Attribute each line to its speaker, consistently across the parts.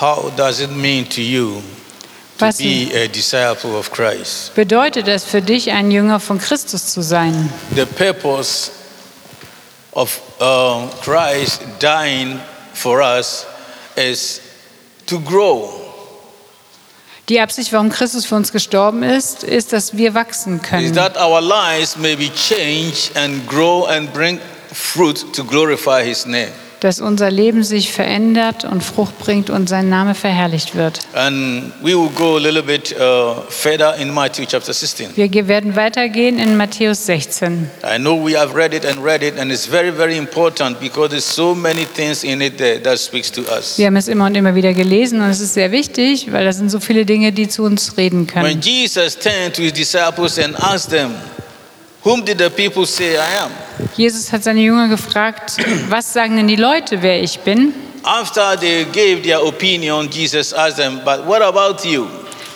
Speaker 1: How does it mean to you to
Speaker 2: Was
Speaker 1: be a disciple of Christ?
Speaker 2: bedeutet es für dich, ein Jünger von Christus zu sein?
Speaker 1: The purpose of um, Christ dying for us is to grow.
Speaker 2: Die Absicht, warum Christus für uns gestorben ist, ist, dass wir wachsen
Speaker 1: Is
Speaker 2: können.
Speaker 1: that our lives may be changed and grow and bring fruit to glorify His name.
Speaker 2: Dass unser Leben sich verändert und Frucht bringt und sein Name verherrlicht wird.
Speaker 1: And we will go a little bit uh, further in Matthew chapter 16.
Speaker 2: Wir ge- werden weitergehen in Matthäus 16.
Speaker 1: I know we have read it and read it, and it's very, very important because there's so many things in it there that speaks to us.
Speaker 2: Wir haben es immer und immer wieder gelesen und es ist sehr wichtig, weil da sind so viele Dinge, die zu uns reden
Speaker 1: When
Speaker 2: können.
Speaker 1: Jesus turned to his disciples and asked them, Whom did the people say I am?
Speaker 2: Jesus hat seine Jünger gefragt, was sagen denn die Leute, wer ich bin?
Speaker 1: After they gave their opinion, Jesus asked them, But what about you?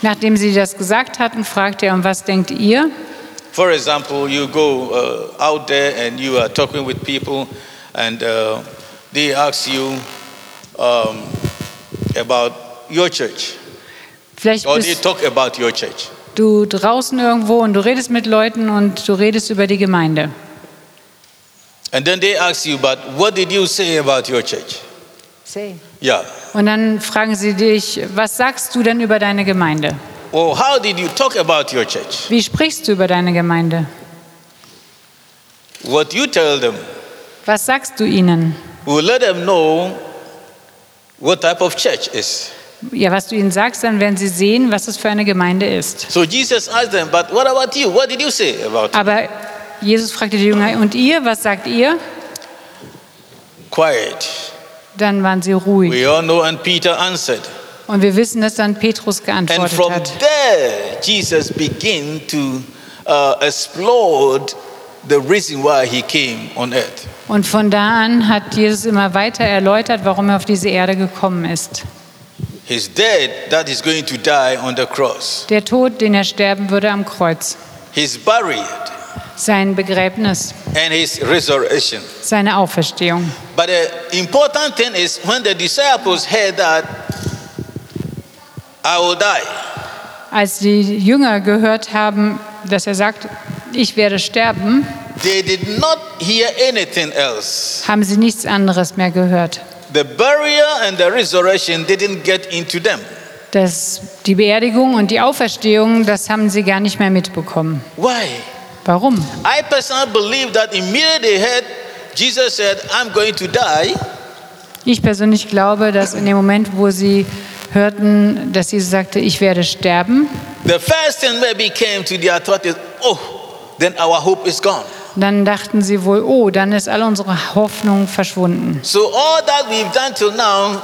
Speaker 2: Nachdem sie das gesagt hatten, fragt er, und was denkt ihr?
Speaker 1: For example, you go uh, out there and you are talking with people, and uh, they ask you um, about your church,
Speaker 2: Vielleicht
Speaker 1: or they
Speaker 2: bist
Speaker 1: talk about your church.
Speaker 2: du draußen irgendwo und du redest mit Leuten und du redest über die Gemeinde.
Speaker 1: And then they ask you, But what did you say about your church? Yeah.
Speaker 2: Und dann fragen sie dich, was sagst du denn über deine Gemeinde?
Speaker 1: Or how did you talk about your church?
Speaker 2: Wie sprichst du über deine Gemeinde?
Speaker 1: What you tell them
Speaker 2: Was sagst du ihnen?
Speaker 1: will let them know what type of church is.
Speaker 2: Ja, was du ihnen sagst, dann werden sie sehen, was es für eine Gemeinde ist.
Speaker 1: So Jesus asked them, But what about you? What did you say about it?
Speaker 2: Aber Jesus fragte die Jünger, und ihr, was sagt ihr?
Speaker 1: Quiet.
Speaker 2: Dann waren sie ruhig.
Speaker 1: We all know, and Peter answered.
Speaker 2: Und wir wissen, dass dann Petrus
Speaker 1: And
Speaker 2: geantwortet
Speaker 1: from
Speaker 2: hat.
Speaker 1: there, Jesus began to uh, explore the reason why he came on earth.
Speaker 2: Und von da an hat Jesus immer weiter erläutert, warum er auf diese Erde gekommen ist.
Speaker 1: His death that is going to die on the cross,
Speaker 2: Der Tod, den er sterben würde am Kreuz.
Speaker 1: his buried,
Speaker 2: Sein Begräbnis,
Speaker 1: and his resurrection.
Speaker 2: seine Auferstehung.
Speaker 1: But the important thing is when the disciples heard that, I will die.
Speaker 2: Als die Jünger gehört haben, dass er sagt, ich werde sterben,
Speaker 1: They did not hear anything else.
Speaker 2: haben sie nichts anderes mehr gehört.
Speaker 1: The burial and the resurrection didn't get into them.
Speaker 2: Das, die Beerdigung und die Auferstehung, das haben sie gar nicht mehr mitbekommen.
Speaker 1: Why?
Speaker 2: Warum?
Speaker 1: I personally believe that immediately they heard Jesus said, I'm going to die,
Speaker 2: Ich persönlich glaube, dass in dem Moment, wo sie hörten, dass Jesus sagte, ich werde sterben,
Speaker 1: the first thing maybe came to their thought is, oh, then our hope is gone.
Speaker 2: dann dachten sie wohl, oh, dann ist all unsere Hoffnung verschwunden.
Speaker 1: So all that we've done till now,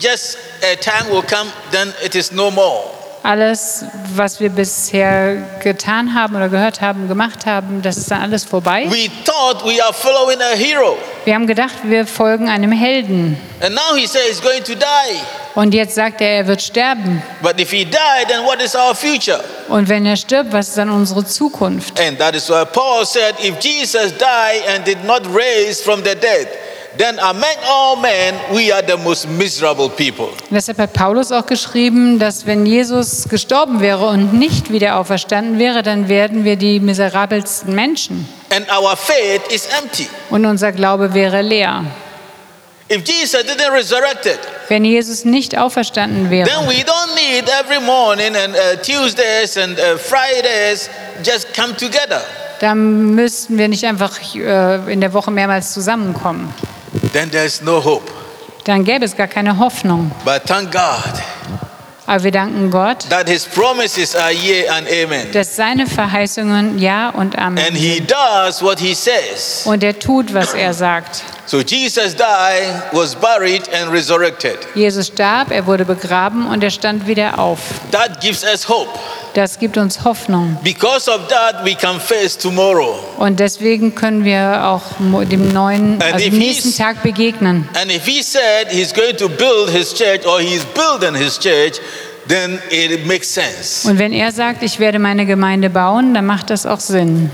Speaker 1: just a time will come, then it is no more.
Speaker 2: Alles, was wir bisher getan haben oder gehört haben, gemacht haben, das ist dann alles vorbei.
Speaker 1: We thought we are following a hero.
Speaker 2: Wir haben gedacht, wir folgen einem Helden.
Speaker 1: And now he says he's going to die.
Speaker 2: Und jetzt sagt er, er wird sterben.
Speaker 1: But if he died, then what is our future?
Speaker 2: Und wenn er stirbt, was ist dann unsere Zukunft?
Speaker 1: And that is why Paul said, if Jesus died and did not raise from the dead, then among all men, we are the most miserable people.
Speaker 2: Und Deshalb hat Paulus auch geschrieben, dass wenn Jesus gestorben wäre und nicht wieder auferstanden wäre, dann wären wir die miserabelsten Menschen
Speaker 1: And our faith is empty.
Speaker 2: und unser Glaube wäre leer.
Speaker 1: If Jesus didn't resurrect it,
Speaker 2: Wenn Jesus nicht auferstanden wäre,
Speaker 1: then we don't need every morning and uh, Tuesdays and uh, Fridays just come together.
Speaker 2: dann müssten wir nicht einfach äh, in der Woche mehrmals zusammenkommen.
Speaker 1: Then there's no hope.
Speaker 2: Dann gäbe es gar keine Hoffnung.
Speaker 1: But thank God
Speaker 2: Aber wir danken Gott,
Speaker 1: that his promises are yea and amen.
Speaker 2: dass seine Verheißungen Ja und
Speaker 1: And
Speaker 2: Amen.
Speaker 1: he does what he says.
Speaker 2: Und er tut, was er sagt.
Speaker 1: So Jesus died, was buried, and resurrected.
Speaker 2: Jesus starb, er wurde begraben und er stand wieder auf.
Speaker 1: That gives us hope.
Speaker 2: Das gibt uns Hoffnung.
Speaker 1: Because of that, we can face tomorrow.
Speaker 2: Und deswegen können wir auch mo- dem neuen,
Speaker 1: And
Speaker 2: also
Speaker 1: if
Speaker 2: dem nächsten
Speaker 1: he's-
Speaker 2: Tag begegnen.
Speaker 1: And if he said he's going to build his church or he's building his church, then it makes sense.
Speaker 2: Und wenn er sagt, ich werde meine Gemeinde bauen, dann macht das auch Sinn.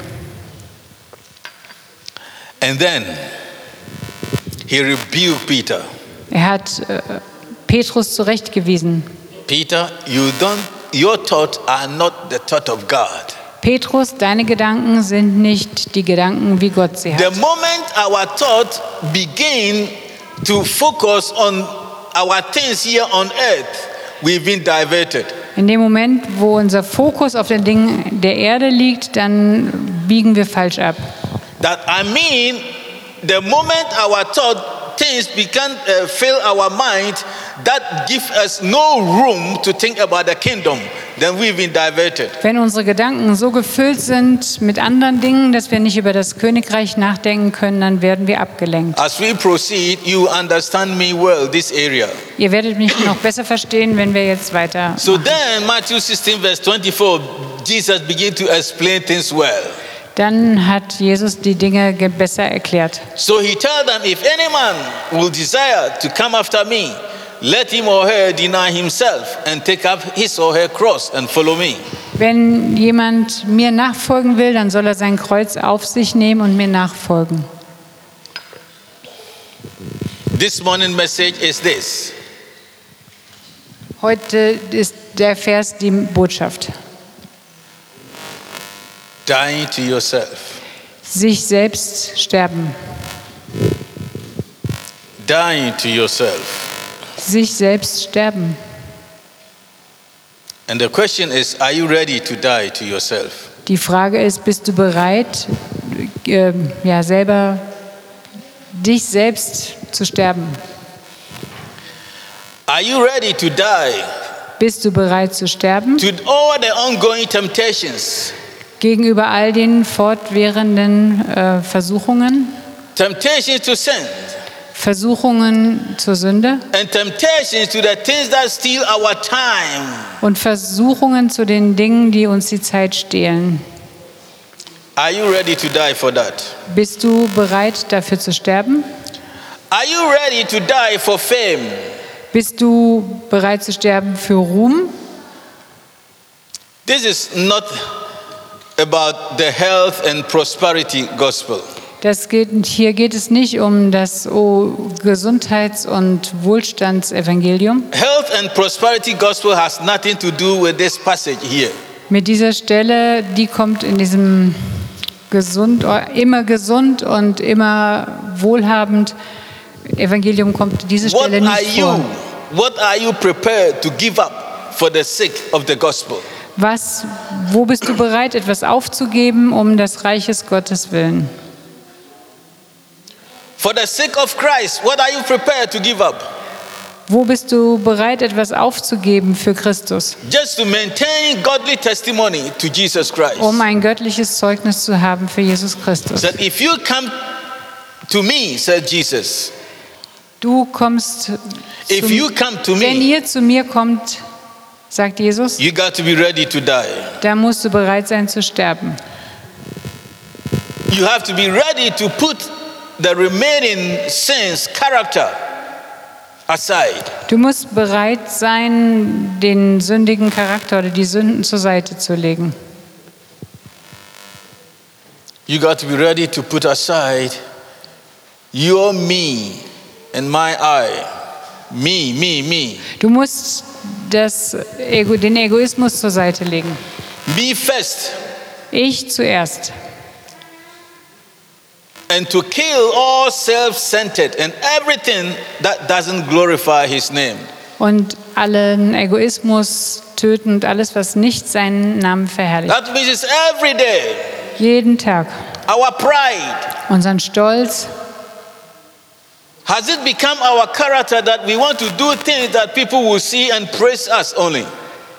Speaker 1: And then he rebuked Peter.
Speaker 2: Er hat äh, Petrus zurechtgewiesen.
Speaker 1: Peter, you don't, your thoughts are not the thought of God.
Speaker 2: Petrus, deine Gedanken sind nicht die Gedanken, wie Gott sie
Speaker 1: The
Speaker 2: hat.
Speaker 1: moment our thoughts begin to focus on our things here on earth, we've been diverted.
Speaker 2: In dem Moment, wo unser Fokus auf den Dingen der Erde liegt, dann biegen wir falsch ab.
Speaker 1: That I mean, the moment our thought things become uh, fill our mind, that give us no room to think about the kingdom. Then we've been diverted.
Speaker 2: Wenn unsere Gedanken so gefüllt sind mit anderen Dingen, dass wir nicht über das Königreich nachdenken können, dann werden wir abgelenkt.
Speaker 1: As we proceed, you understand me well this area.
Speaker 2: Ihr werdet mich noch besser verstehen, wenn wir jetzt weiter.
Speaker 1: So then, Matthew 16, verse 24, Jesus began to explain things well.
Speaker 2: Dann hat Jesus die Dinge ge- besser erklärt.
Speaker 1: So he told them, If any man will desire to come after me, let him or her deny himself and take up his or her cross and follow me.
Speaker 2: Wenn jemand mir nachfolgen will, dann soll er sein Kreuz auf sich nehmen und mir nachfolgen.
Speaker 1: This morning message is this
Speaker 2: Heute ist der Vers die Botschaft.
Speaker 1: dying to yourself,
Speaker 2: Sich selbst sterben.
Speaker 1: dying to yourself.
Speaker 2: Sich selbst sterben.
Speaker 1: And the question is, are you ready to die to yourself?
Speaker 2: Die Frage ist, bist du bereit, ähm, ja, selber dich selbst zu sterben?
Speaker 1: Are you ready to die
Speaker 2: Bist du bereit zu sterben
Speaker 1: to all the ongoing temptations?
Speaker 2: gegenüber all den fortwährenden äh, Versuchungen?
Speaker 1: Temptations to sin
Speaker 2: Versuchungen zur Sünde
Speaker 1: and temptations to the things that steal our time.
Speaker 2: und Versuchungen zu den Dingen, die uns die Zeit stehlen.
Speaker 1: Are you ready to die for that?
Speaker 2: Bist du bereit, dafür zu sterben?
Speaker 1: Are you ready to die for fame?
Speaker 2: Bist du bereit zu sterben für Ruhm?
Speaker 1: This is not about the health and prosperity gospel.
Speaker 2: Das geht, hier geht es nicht um das oh, Gesundheits- und Wohlstandsevangelium.
Speaker 1: Health and prosperity gospel has nothing to do with this passage here.
Speaker 2: Mit dieser Stelle, die kommt in diesem gesund, immer gesund und immer wohlhabend Evangelium kommt diese
Speaker 1: What
Speaker 2: Stelle
Speaker 1: are
Speaker 2: nicht
Speaker 1: you?
Speaker 2: vor.
Speaker 1: What are you prepared to give up for the sake of the gospel?
Speaker 2: Was, wo bist du bereit, etwas aufzugeben, um das Reiches Gottes willen?
Speaker 1: For the sake of Christ, what are you prepared to give up?
Speaker 2: Wo bist du bereit, etwas aufzugeben für Christus,
Speaker 1: Just to maintain godly testimony to Jesus Christ.
Speaker 2: um ein göttliches Zeugnis zu haben für Jesus Christus?
Speaker 1: That if you come to me, said Jesus,
Speaker 2: Du kommst, zu,
Speaker 1: if you come to
Speaker 2: wenn
Speaker 1: me,
Speaker 2: ihr zu mir kommt, sagt Jesus,
Speaker 1: you got to be ready to die.
Speaker 2: dann musst du bereit sein zu sterben.
Speaker 1: You have to be ready to put the remaining sins, character, aside.
Speaker 2: Du musst bereit sein, den sündigen Charakter oder die Sünden zur Seite zu legen.
Speaker 1: You got to be ready to put aside your me and my I. Me, me, me.
Speaker 2: Du musst das Ego, den Egoismus zur Seite legen.
Speaker 1: Me first.
Speaker 2: Ich zuerst.
Speaker 1: And to kill all self centered and everything that doesn't glorify his name.
Speaker 2: Und allen Egoismus töten und alles, was nicht seinen Namen verherrlicht.
Speaker 1: That means it's every day.
Speaker 2: Jeden Tag.
Speaker 1: Our pride.
Speaker 2: Unseren Stolz.
Speaker 1: Has it become our character that we want to do things that people will see and praise us only?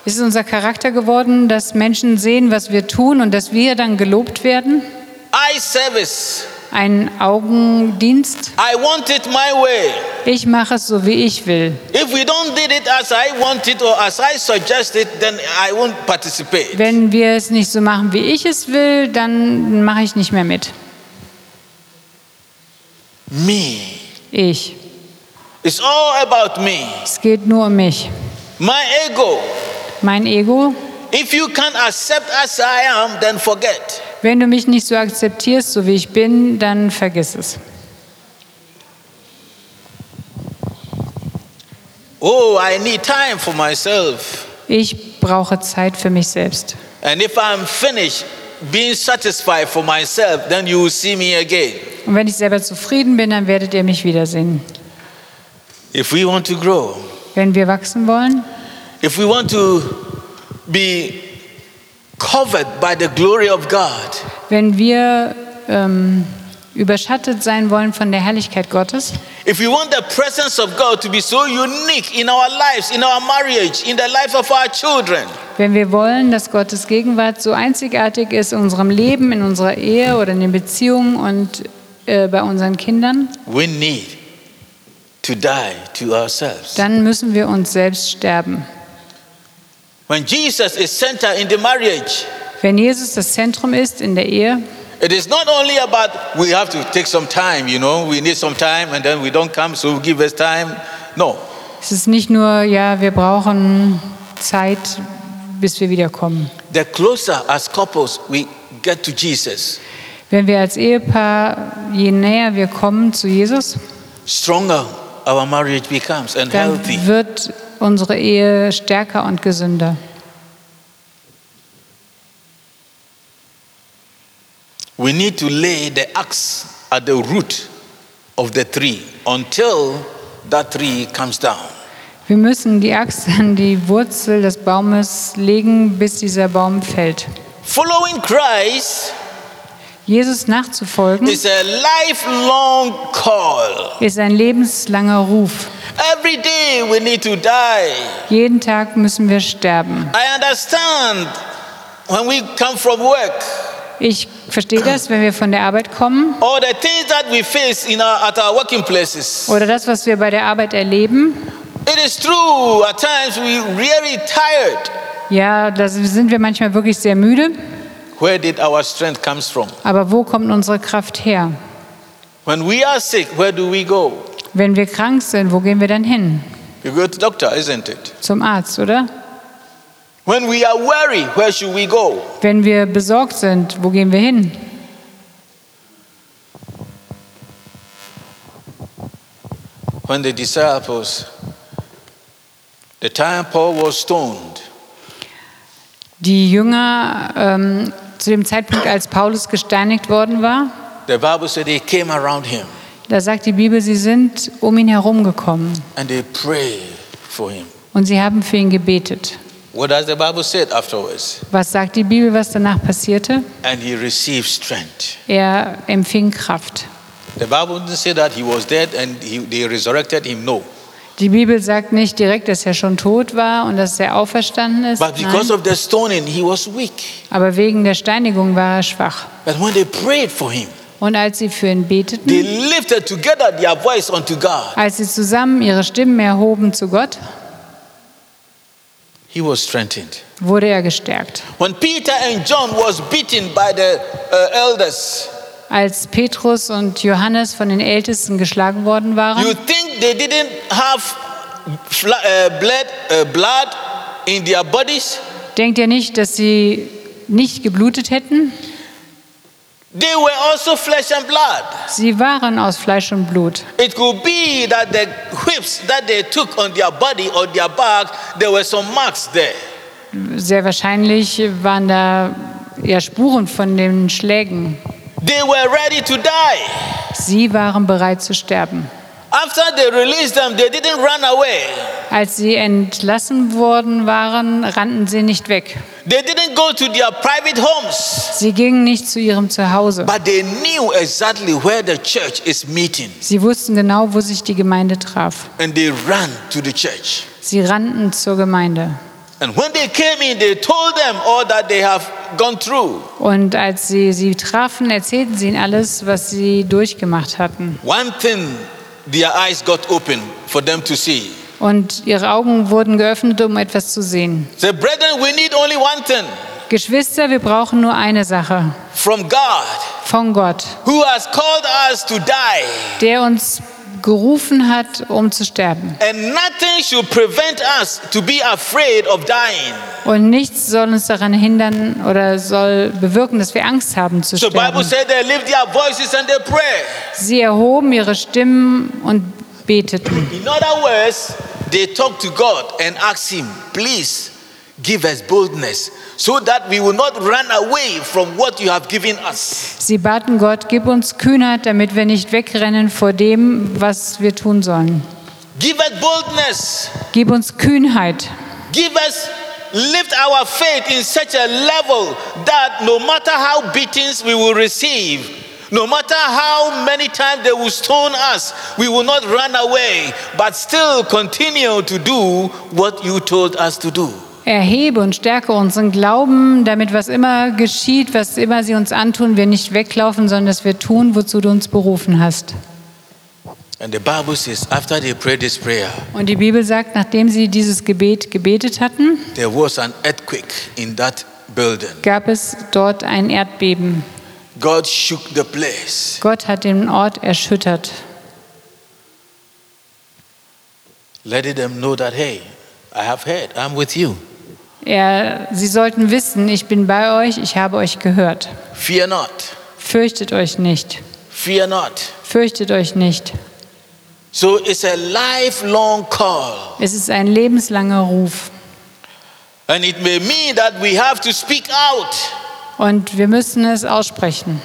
Speaker 2: Ist es unser Charakter geworden, dass Menschen sehen, was wir tun und dass wir dann gelobt werden?
Speaker 1: Eye service.
Speaker 2: Ein Augendienst?
Speaker 1: I want it my way.
Speaker 2: Ich mache es so, wie ich will.
Speaker 1: If we don't did it as I want it or as I suggest it, then I won't participate.
Speaker 2: Wenn wir es nicht so machen, wie ich es will, dann mache ich nicht mehr mit.
Speaker 1: Me.
Speaker 2: Ich.
Speaker 1: It's all about me.
Speaker 2: Es geht nur um mich.
Speaker 1: My ego.
Speaker 2: Mein Ego.
Speaker 1: If you can't accept as I am, then forget.
Speaker 2: Wenn du mich nicht so akzeptierst, so wie ich bin, dann vergiss es.
Speaker 1: Oh, I need time for myself.
Speaker 2: Ich brauche Zeit für mich selbst.
Speaker 1: And if I'm finished being satisfied for myself, then you will see me again.
Speaker 2: Und wenn ich selber zufrieden bin, dann werdet ihr mich wiedersehen.
Speaker 1: If we want to grow,
Speaker 2: Wenn wir wachsen wollen,
Speaker 1: if we want to be covered by the glory of God,
Speaker 2: wenn wir ähm, überschattet sein wollen von der Herrlichkeit Gottes,
Speaker 1: if we want the presence of God to be so unique in our lives, in our marriage, in the life of our children,
Speaker 2: wenn wir wollen, dass Gottes Gegenwart so einzigartig ist in unserem Leben, in unserer Ehe oder in den Beziehungen und äh, bei unseren Kindern,
Speaker 1: we need to die to ourselves.
Speaker 2: dann müssen wir uns selbst sterben.
Speaker 1: When Jesus is center in the marriage,
Speaker 2: Wenn Jesus das Zentrum ist in der Ehe,
Speaker 1: it is not only about we have to take some time, you know, we need some time and then we don't come, so give us time. No.
Speaker 2: es ist nicht nur, ja, wir brauchen Zeit, bis wir wiederkommen.
Speaker 1: The closer as couples we get to Jesus,
Speaker 2: Wenn wir als Ehepaar, je näher wir kommen zu Jesus,
Speaker 1: stronger our marriage becomes and
Speaker 2: dann
Speaker 1: healthy.
Speaker 2: wird unsere Ehe stärker und gesünder.
Speaker 1: We need to lay the axe at the root of the tree until that tree comes down.
Speaker 2: Wir müssen die Axt an die Wurzel des Baumes legen, bis dieser Baum fällt.
Speaker 1: Following Christ
Speaker 2: Jesus nachzufolgen
Speaker 1: is a lifelong call.
Speaker 2: ist ein lebenslanger Ruf.
Speaker 1: Every day we need to die.
Speaker 2: Jeden Tag müssen wir sterben.
Speaker 1: I understand when we come from work,
Speaker 2: Ich verstehe das, wenn wir von der Arbeit kommen
Speaker 1: all the things that we face in our, at our working places.
Speaker 2: oder das, was wir bei der Arbeit erleben.
Speaker 1: It is true, at times we really tired.
Speaker 2: Ja, da sind wir manchmal wirklich sehr müde.
Speaker 1: Where did our strength comes from?
Speaker 2: Aber wo kommt unsere Kraft her?
Speaker 1: When we are sick, where do we go?
Speaker 2: Wenn wir krank sind, wo gehen wir dann hin?
Speaker 1: You go to doctor, isn't it?
Speaker 2: Zum Arzt, oder?
Speaker 1: When we are weary, where should we go?
Speaker 2: Wenn wir besorgt sind, wo gehen wir hin?
Speaker 1: When the disciples, the time Paul was stoned,
Speaker 2: Die Jünger ähm, zu dem Zeitpunkt, als Paulus gesteinigt worden war,
Speaker 1: the Bible said they came around him
Speaker 2: da sagt die Bibel, sie sind um ihn herumgekommen
Speaker 1: and they prayed for him.
Speaker 2: und sie haben für ihn gebetet.
Speaker 1: What does the Bible said afterwards?
Speaker 2: Was sagt die Bibel, was danach passierte?
Speaker 1: And he received strength.
Speaker 2: Er empfing Kraft.
Speaker 1: The Bible didn't say that he was dead and he, they resurrected him. No,
Speaker 2: Die Bibel sagt nicht direkt, dass er schon tot war und dass er auferstanden ist,
Speaker 1: but because
Speaker 2: Nein.
Speaker 1: of the stoning, he was weak.
Speaker 2: aber wegen der Steinigung war er schwach.
Speaker 1: But when they prayed for him,
Speaker 2: Und als sie für ihn
Speaker 1: they
Speaker 2: beteten,
Speaker 1: lifted together their voice unto God.
Speaker 2: als sie zusammen ihre Stimmen erhoben zu Gott,
Speaker 1: He was strengthened.
Speaker 2: wurde er gestärkt.
Speaker 1: When Peter and John was beaten by the uh, elders,
Speaker 2: Als Petrus und Johannes von den Ältesten geschlagen worden waren,
Speaker 1: You think they didn't have fla- uh, blood, uh, blood in their bodies?
Speaker 2: denkt ihr nicht, dass sie nicht geblutet hätten?
Speaker 1: They were also flesh and blood.
Speaker 2: Sie waren aus Fleisch und Blut.
Speaker 1: It could be that the whips that they took on their body or their back, there were some marks there.
Speaker 2: Sehr wahrscheinlich waren da ja Spuren von den Schlägen.
Speaker 1: They were ready to die.
Speaker 2: Sie waren bereit zu sterben.
Speaker 1: After they released them, they didn't run away.
Speaker 2: Als sie entlassen worden waren, rannten sie nicht weg.
Speaker 1: They didn't go to their private homes.
Speaker 2: Sie gingen nicht zu ihrem Zuhause.
Speaker 1: But they knew exactly where the church is meeting.
Speaker 2: Sie wussten genau, wo sich die Gemeinde traf.
Speaker 1: And they ran to the church.
Speaker 2: Sie rannten zur Gemeinde.
Speaker 1: And when they came in, they told them all that they have gone through.
Speaker 2: Und als sie sie trafen, erzählten sie ihnen alles, was sie durchgemacht hatten.
Speaker 1: One thing, their eyes got open for them to see.
Speaker 2: Und ihre Augen wurden geöffnet, um etwas zu sehen.
Speaker 1: The brethren, we need only one thing
Speaker 2: Geschwister, wir brauchen nur eine Sache
Speaker 1: from God,
Speaker 2: von Gott,
Speaker 1: who has called us to die,
Speaker 2: der uns gerufen hat, um zu sterben.
Speaker 1: and nothing should prevent us to be afraid of dying.
Speaker 2: Und nichts soll uns daran hindern oder soll bewirken, dass wir Angst haben zu
Speaker 1: So Bible
Speaker 2: sterben.
Speaker 1: said they lift their voices and they pray.
Speaker 2: Sie erhoben ihre Stimmen und beteten.
Speaker 1: In other words, they talked to God and asked Him, please give us boldness so that we will not run away from what you have given us.
Speaker 2: Sie baten Gott, gib uns Kühnheit, damit wir nicht wegrennen vor dem, was wir tun sollen.
Speaker 1: Give us boldness.
Speaker 2: Gib uns Kühnheit.
Speaker 1: Give us, lift our faith in such a level that no matter how beatings we will receive, no matter how many times they will stone us, we will not run away, but still continue to do what you told us to do.
Speaker 2: Erhebe und stärke unseren Glauben, damit was immer geschieht, was immer sie uns antun, wir nicht weglaufen, sondern dass wir tun, wozu du uns berufen hast.
Speaker 1: And the Bible says, after they prayed this prayer,
Speaker 2: Und die Bibel sagt, nachdem sie dieses Gebet gebetet hatten,
Speaker 1: there was an earthquake in that building.
Speaker 2: gab es dort ein Erdbeben.
Speaker 1: God shook the place.
Speaker 2: Gott hat den Ort erschüttert.
Speaker 1: letting them know that, hey, I have heard, I'm with you.
Speaker 2: Er, sie sollten wissen, ich bin bei euch, ich habe euch gehört.
Speaker 1: Fear not,
Speaker 2: Fürchtet euch nicht.
Speaker 1: fear not.
Speaker 2: Fürchtet euch nicht.
Speaker 1: So it's a lifelong call.
Speaker 2: Es ist ein lebenslanger Ruf.
Speaker 1: And it may mean that we have to speak out,
Speaker 2: Und wir müssen es aussprechen.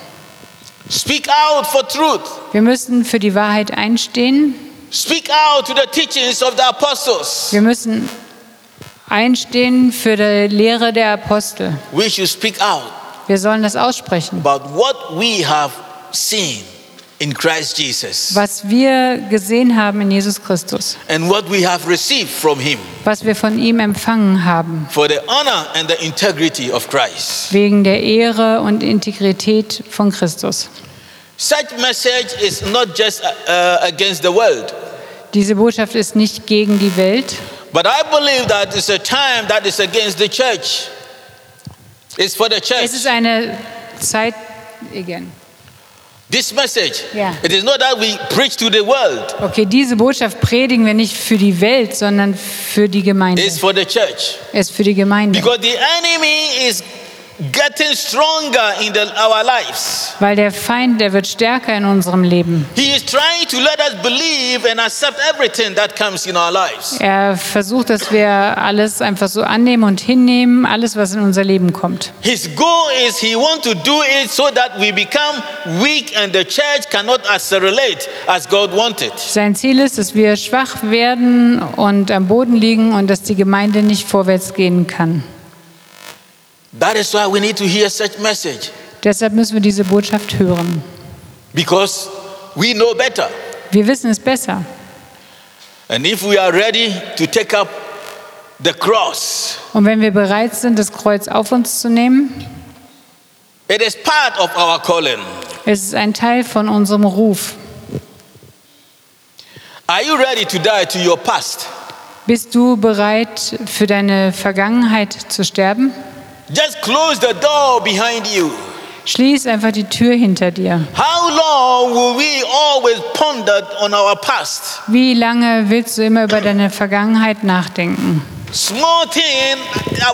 Speaker 1: speak out for truth,
Speaker 2: Wir müssen für die Wahrheit einstehen.
Speaker 1: speak out to the teachings of the apostles.
Speaker 2: Wir müssen einstehen für die Lehre der Apostel.
Speaker 1: We should speak out
Speaker 2: Wir sollen das aussprechen.
Speaker 1: about what we have seen in Christ Jesus
Speaker 2: Was wir gesehen haben in Jesus Christus,
Speaker 1: and what we have received from Him
Speaker 2: was wir von ihm empfangen haben,
Speaker 1: for the honor and the integrity of Christ.
Speaker 2: wegen der Ehre und Integrität von Christus.
Speaker 1: Such message is not just uh, against the world.
Speaker 2: Diese Botschaft ist nicht gegen die Welt,
Speaker 1: But I believe that it's a time that is against the church. It's for the
Speaker 2: Es ist
Speaker 1: church.
Speaker 2: eine Zeit, again.
Speaker 1: This message.
Speaker 2: Yeah.
Speaker 1: It is not that we preach to the world.
Speaker 2: Okay, diese Botschaft predigen wir nicht für die Welt, sondern für die Gemeinde.
Speaker 1: It's for the church.
Speaker 2: Es ist für die Gemeinde,
Speaker 1: Because the enemy is getting stronger in the, our lives.
Speaker 2: weil der Feind, der wird stärker in unserem Leben.
Speaker 1: He is trying to let us believe and accept everything that comes in our lives.
Speaker 2: Er versucht, dass wir alles einfach so annehmen und hinnehmen, alles, was in unser Leben kommt.
Speaker 1: His goal is he wants to do it so that we become weak and the church cannot accelerate as God wanted.
Speaker 2: Sein Ziel ist, dass wir schwach werden und am Boden liegen und dass die Gemeinde nicht vorwärts gehen kann.
Speaker 1: That is why we need to hear such message.
Speaker 2: Deshalb müssen wir diese Botschaft hören.
Speaker 1: because we know better.
Speaker 2: Wir wissen es besser.
Speaker 1: And if we are ready to take up the cross,
Speaker 2: Und wenn wir bereit sind, das Kreuz auf uns zu nehmen,
Speaker 1: it is part of our calling.
Speaker 2: es ist ein Teil von unserem Ruf.
Speaker 1: Are you ready to die to your past?
Speaker 2: Bist du bereit, für deine Vergangenheit zu sterben?
Speaker 1: Just close the door behind you.
Speaker 2: Schließ einfach die Tür hinter dir.
Speaker 1: How long will we always ponder on our past?
Speaker 2: Wie lange willst du immer über deine Vergangenheit nachdenken?
Speaker 1: Small thing,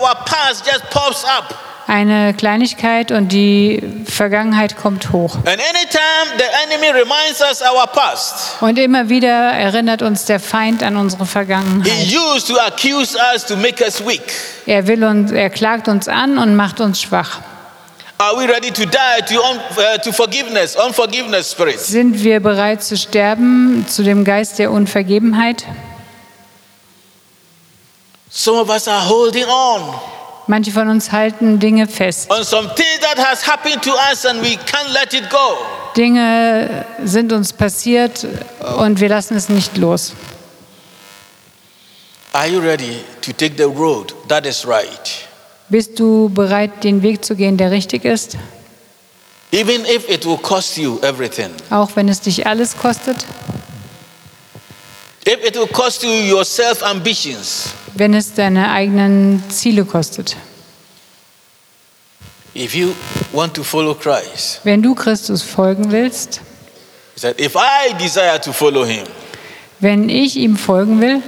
Speaker 1: our past just pops up.
Speaker 2: Eine Kleinigkeit und die Vergangenheit kommt hoch.
Speaker 1: And anytime the enemy reminds us our past,
Speaker 2: Und immer wieder erinnert uns der Feind an unsere Vergangenheit.
Speaker 1: he used to accuse us to make us weak.
Speaker 2: Er will uns, er klagt uns an und macht uns schwach.
Speaker 1: Are we ready to die to, un- uh, to forgiveness, unforgiveness spirits?
Speaker 2: Sind wir bereit zu sterben zu dem Geist der Unvergebenheit?
Speaker 1: Some of us are holding on
Speaker 2: Manche von uns halten Dinge fest.
Speaker 1: on some things that has happened to us and we can't let it go.
Speaker 2: Dinge sind uns passiert und wir lassen es nicht los.
Speaker 1: Are you ready to take the road that is right?
Speaker 2: Bist du bereit, den Weg zu gehen, der richtig ist?
Speaker 1: Even if it will cost you everything,
Speaker 2: Auch wenn es dich alles kostet?
Speaker 1: if it will cost you your self ambitions,
Speaker 2: Wenn es deine eigenen Ziele kostet?
Speaker 1: if you want to follow Christ,
Speaker 2: Wenn du Christus folgen willst,
Speaker 1: he said, If I desire to follow him,
Speaker 2: wenn ich ihm folgen will,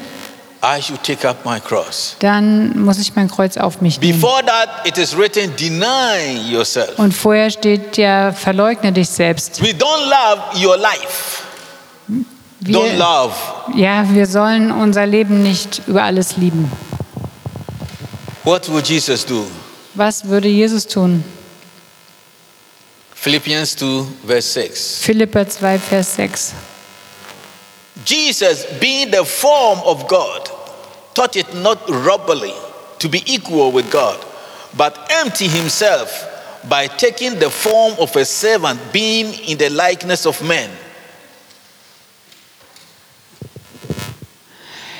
Speaker 1: I should take up my cross.
Speaker 2: dann muss ich mein Kreuz auf mich nehmen.
Speaker 1: Before that, it is written, Deny yourself.
Speaker 2: Und vorher steht ja, verleugne dich selbst.
Speaker 1: We don't love your life. Don't
Speaker 2: Wir,
Speaker 1: love.
Speaker 2: ja, wir sollen unser Leben nicht über alles lieben.
Speaker 1: What will Jesus do?
Speaker 2: Was würde Jesus tun?
Speaker 1: Philippians 2, verse 6.
Speaker 2: Philippa 2, Vers 6.
Speaker 1: Jesus, being the form of God, thought it not robbery to be equal with God, but emptied himself by taking the form of a servant, being in the likeness of men.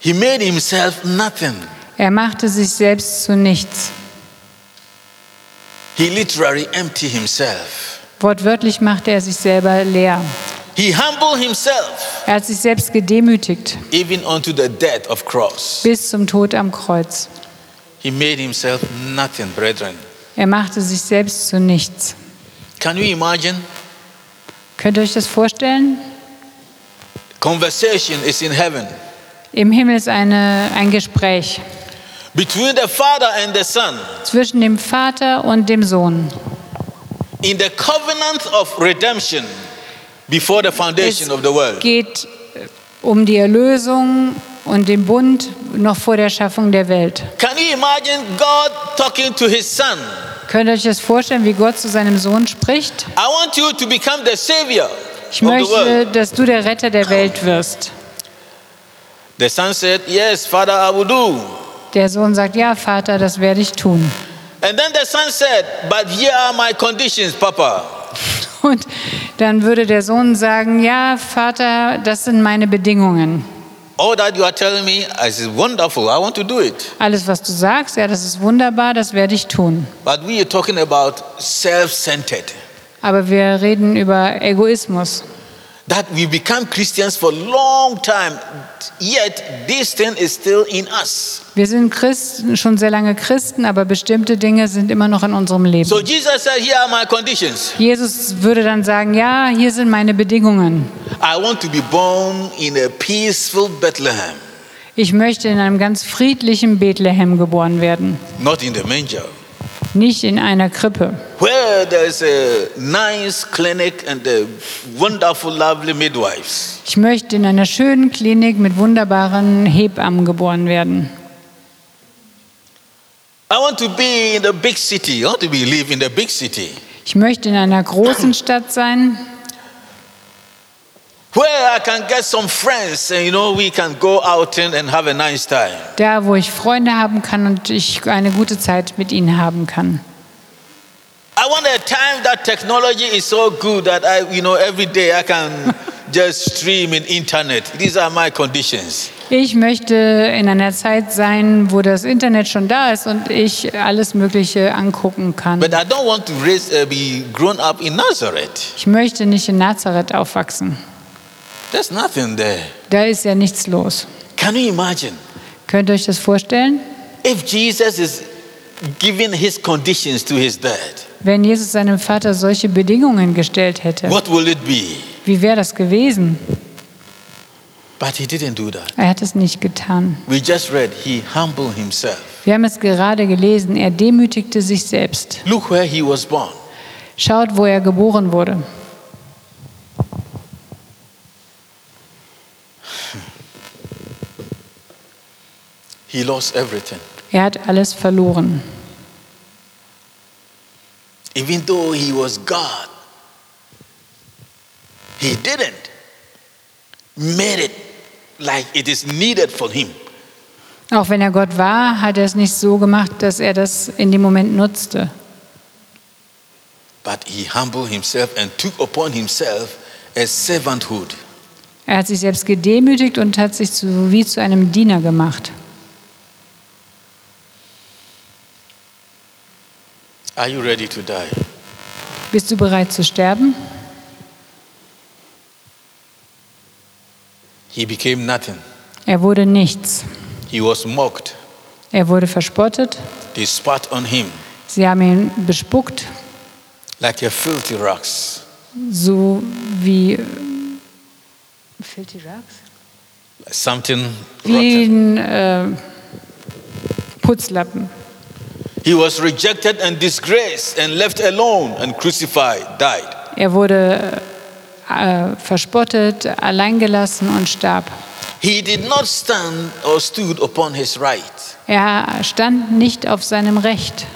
Speaker 1: He made himself nothing.
Speaker 2: Er machte sich selbst zu nichts.
Speaker 1: He literally emptied himself.
Speaker 2: Wortwörtlich machte er sich selber leer.
Speaker 1: He humbled himself
Speaker 2: Er hat sich selbst gedemütigt
Speaker 1: even unto the death of cross.
Speaker 2: bis zum Tod am Kreuz.
Speaker 1: He made himself nothing, brethren.
Speaker 2: Er machte sich selbst zu nichts.
Speaker 1: Can you imagine?
Speaker 2: Könnt ihr euch das vorstellen?
Speaker 1: Conversation is in heaven
Speaker 2: Im Himmel ist eine, ein Gespräch
Speaker 1: between the Father and the Son.
Speaker 2: zwischen dem Vater und dem Sohn.
Speaker 1: in the covenant of redemption before the foundation of the world.
Speaker 2: geht um die Erlösung und den Bund noch vor der Schaffung der Welt.
Speaker 1: Can you imagine God talking to his son?
Speaker 2: Könnt ihr euch das vorstellen, wie Gott zu seinem Sohn spricht?
Speaker 1: I want you to become the savior
Speaker 2: Ich
Speaker 1: of the world.
Speaker 2: möchte, dass du der Retter der Welt wirst.
Speaker 1: The son said, Yes, Father, I will do.
Speaker 2: Der Sohn sagt, ja Vater, das werde ich tun.
Speaker 1: And then the son said, But here are my conditions, Papa.
Speaker 2: Und dann würde der Sohn sagen, ja, Vater, das sind meine Bedingungen.
Speaker 1: All that you are telling me is wonderful. I want to do it.
Speaker 2: Alles, was du sagst, ja, das ist wunderbar, das werde ich tun.
Speaker 1: But we are talking about self centered.
Speaker 2: Aber wir reden über Egoismus.
Speaker 1: That we become Christians for a long time, yet this thing is still in us.
Speaker 2: Wir sind Christen, schon sehr lange Christen, aber bestimmte Dinge sind immer noch in unserem Leben.
Speaker 1: So Jesus said, Here are my conditions.
Speaker 2: Jesus würde dann sagen, ja, hier sind meine Bedingungen.
Speaker 1: I want to be born in a peaceful Bethlehem,
Speaker 2: Ich möchte in einem ganz friedlichen Bethlehem geboren werden,
Speaker 1: not in the manger,
Speaker 2: nicht in einer Krippe,
Speaker 1: where there's a nice clinic and a wonderful, lovely midwives.
Speaker 2: Ich möchte in einer schönen Klinik mit wunderbaren Hebammen geboren werden.
Speaker 1: I want to be in the big city. I want to be live in the big city,
Speaker 2: Ich möchte in einer großen Stadt sein,
Speaker 1: where I can get some friends and you know we can go out and, and have a nice time.
Speaker 2: da wo ich Freunde haben kann und ich eine gute Zeit mit ihnen haben kann.
Speaker 1: I want a time that technology is so good that I, you know, every day I can just stream in internet. These are my conditions.
Speaker 2: Ich möchte in einer Zeit sein, wo das Internet schon da ist und ich alles Mögliche angucken kann.
Speaker 1: But I don't want to raise, uh, be grown up in Nazareth.
Speaker 2: Ich möchte nicht in Nazareth aufwachsen.
Speaker 1: There's nothing there.
Speaker 2: Da ist ja nichts los.
Speaker 1: Can you imagine?
Speaker 2: Könnt ihr euch das vorstellen?
Speaker 1: If Jesus is giving his conditions to his dad,
Speaker 2: Wenn Jesus seinem Vater solche Bedingungen gestellt hätte,
Speaker 1: what will it be?
Speaker 2: wie wäre das gewesen?
Speaker 1: But he didn't do that.
Speaker 2: Er hat es nicht getan.
Speaker 1: We just read, he humbled himself.
Speaker 2: Wir haben es gerade gelesen, er demütigte sich selbst.
Speaker 1: Look where he was born.
Speaker 2: Schaut, wo er geboren wurde.
Speaker 1: He lost everything.
Speaker 2: Er hat alles verloren.
Speaker 1: Even though he was God, he didn't made it like it is needed for him.
Speaker 2: Auch wenn er Gott war, hat er es nicht so gemacht, dass er das in dem Moment nutzte.
Speaker 1: But he humbled himself and took upon himself a servanthood.
Speaker 2: Er hat sich selbst gedemütigt und hat sich zu, wie zu einem Diener gemacht.
Speaker 1: Are you ready to die?
Speaker 2: Bist du bereit zu sterben?
Speaker 1: He became nothing.
Speaker 2: Er wurde nichts.
Speaker 1: He was mocked.
Speaker 2: Er wurde verspottet.
Speaker 1: They spat on him
Speaker 2: Sie haben ihn bespuckt,
Speaker 1: like a filthy rags,
Speaker 2: so wie Filthy Rags?
Speaker 1: like something
Speaker 2: Wie
Speaker 1: rotten.
Speaker 2: ein äh, Putzlappen.
Speaker 1: He was rejected and disgraced and left alone and crucified, died.
Speaker 2: Er wurde äh, verspottet, alleingelassen und starb.
Speaker 1: He did not stand or stood upon his right.
Speaker 2: Er stand nicht auf seinem Recht.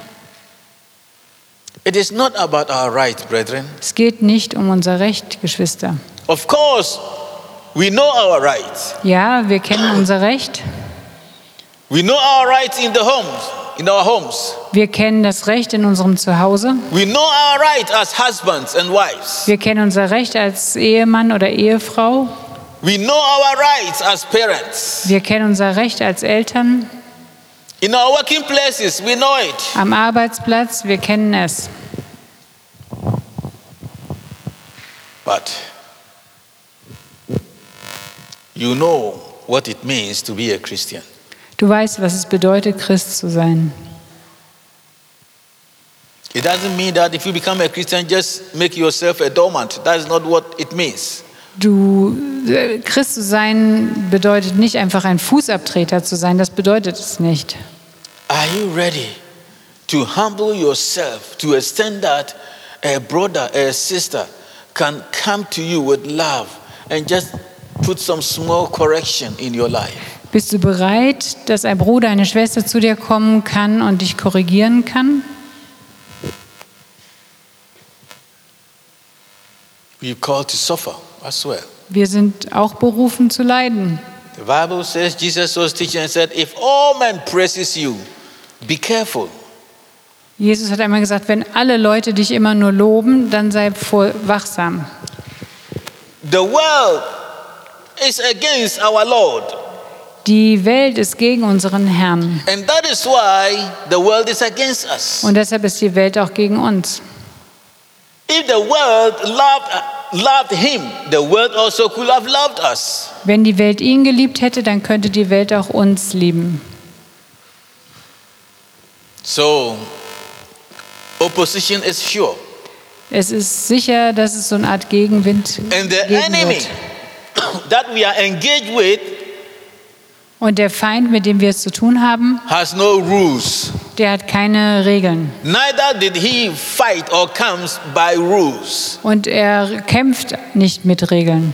Speaker 1: It is not about our right, brethren.
Speaker 2: Es geht nicht um unser Recht, Geschwister.
Speaker 1: Of course, we know our right.
Speaker 2: Ja, wir kennen unser Recht.
Speaker 1: We know our rights in the homes, in our homes.
Speaker 2: Wir kennen das Recht in unserem Zuhause.
Speaker 1: We know our right as husbands and wives.
Speaker 2: Wir kennen unser Recht als Ehemann oder Ehefrau.
Speaker 1: We know our rights as parents.
Speaker 2: Wir kennen unser Recht als Eltern
Speaker 1: In our working places, we know it.
Speaker 2: am Arbeitsplatz. Wir kennen es.
Speaker 1: But you know what it means to be a Christian.
Speaker 2: Du weißt, was es bedeutet, Christ zu sein.
Speaker 1: It doesn't mean that if you become a Christian, just make yourself a dormant. That is not what it means.
Speaker 2: Du, äh, Christ zu sein bedeutet nicht einfach ein Fußabtreter zu sein. Das bedeutet es nicht.
Speaker 1: Are you ready to humble yourself to a standard a brother, a sister can come to you with love and just put some small correction in your life?
Speaker 2: Bist du bereit, dass ein Bruder, eine Schwester zu dir kommen kann und dich korrigieren kann?
Speaker 1: We're called to suffer as well.
Speaker 2: Wir sind auch berufen zu leiden.
Speaker 1: The Bible says Jesus was teaching and said, If all men praises you, be careful.
Speaker 2: Jesus hat einmal gesagt, wenn alle Leute dich immer nur loben, dann sei vor wachsam.
Speaker 1: The world is against our Lord.
Speaker 2: Die Welt ist gegen unseren Herrn
Speaker 1: And that is why the world is against us.
Speaker 2: und deshalb ist die Welt auch gegen uns.
Speaker 1: If the world loved, loved him, the world also could have loved us.
Speaker 2: Wenn die Welt ihn geliebt hätte, dann könnte die Welt auch uns lieben.
Speaker 1: So, opposition is sure.
Speaker 2: Es ist sicher, dass es so eine Art Gegenwind
Speaker 1: And the
Speaker 2: geben
Speaker 1: enemy
Speaker 2: wird.
Speaker 1: that we are engaged with
Speaker 2: Und der Feind, mit dem wir es zu tun haben,
Speaker 1: has no rules.
Speaker 2: der hat keine Regeln.
Speaker 1: Neither did he fight or comes by rules.
Speaker 2: Und er kämpft nicht mit Regeln.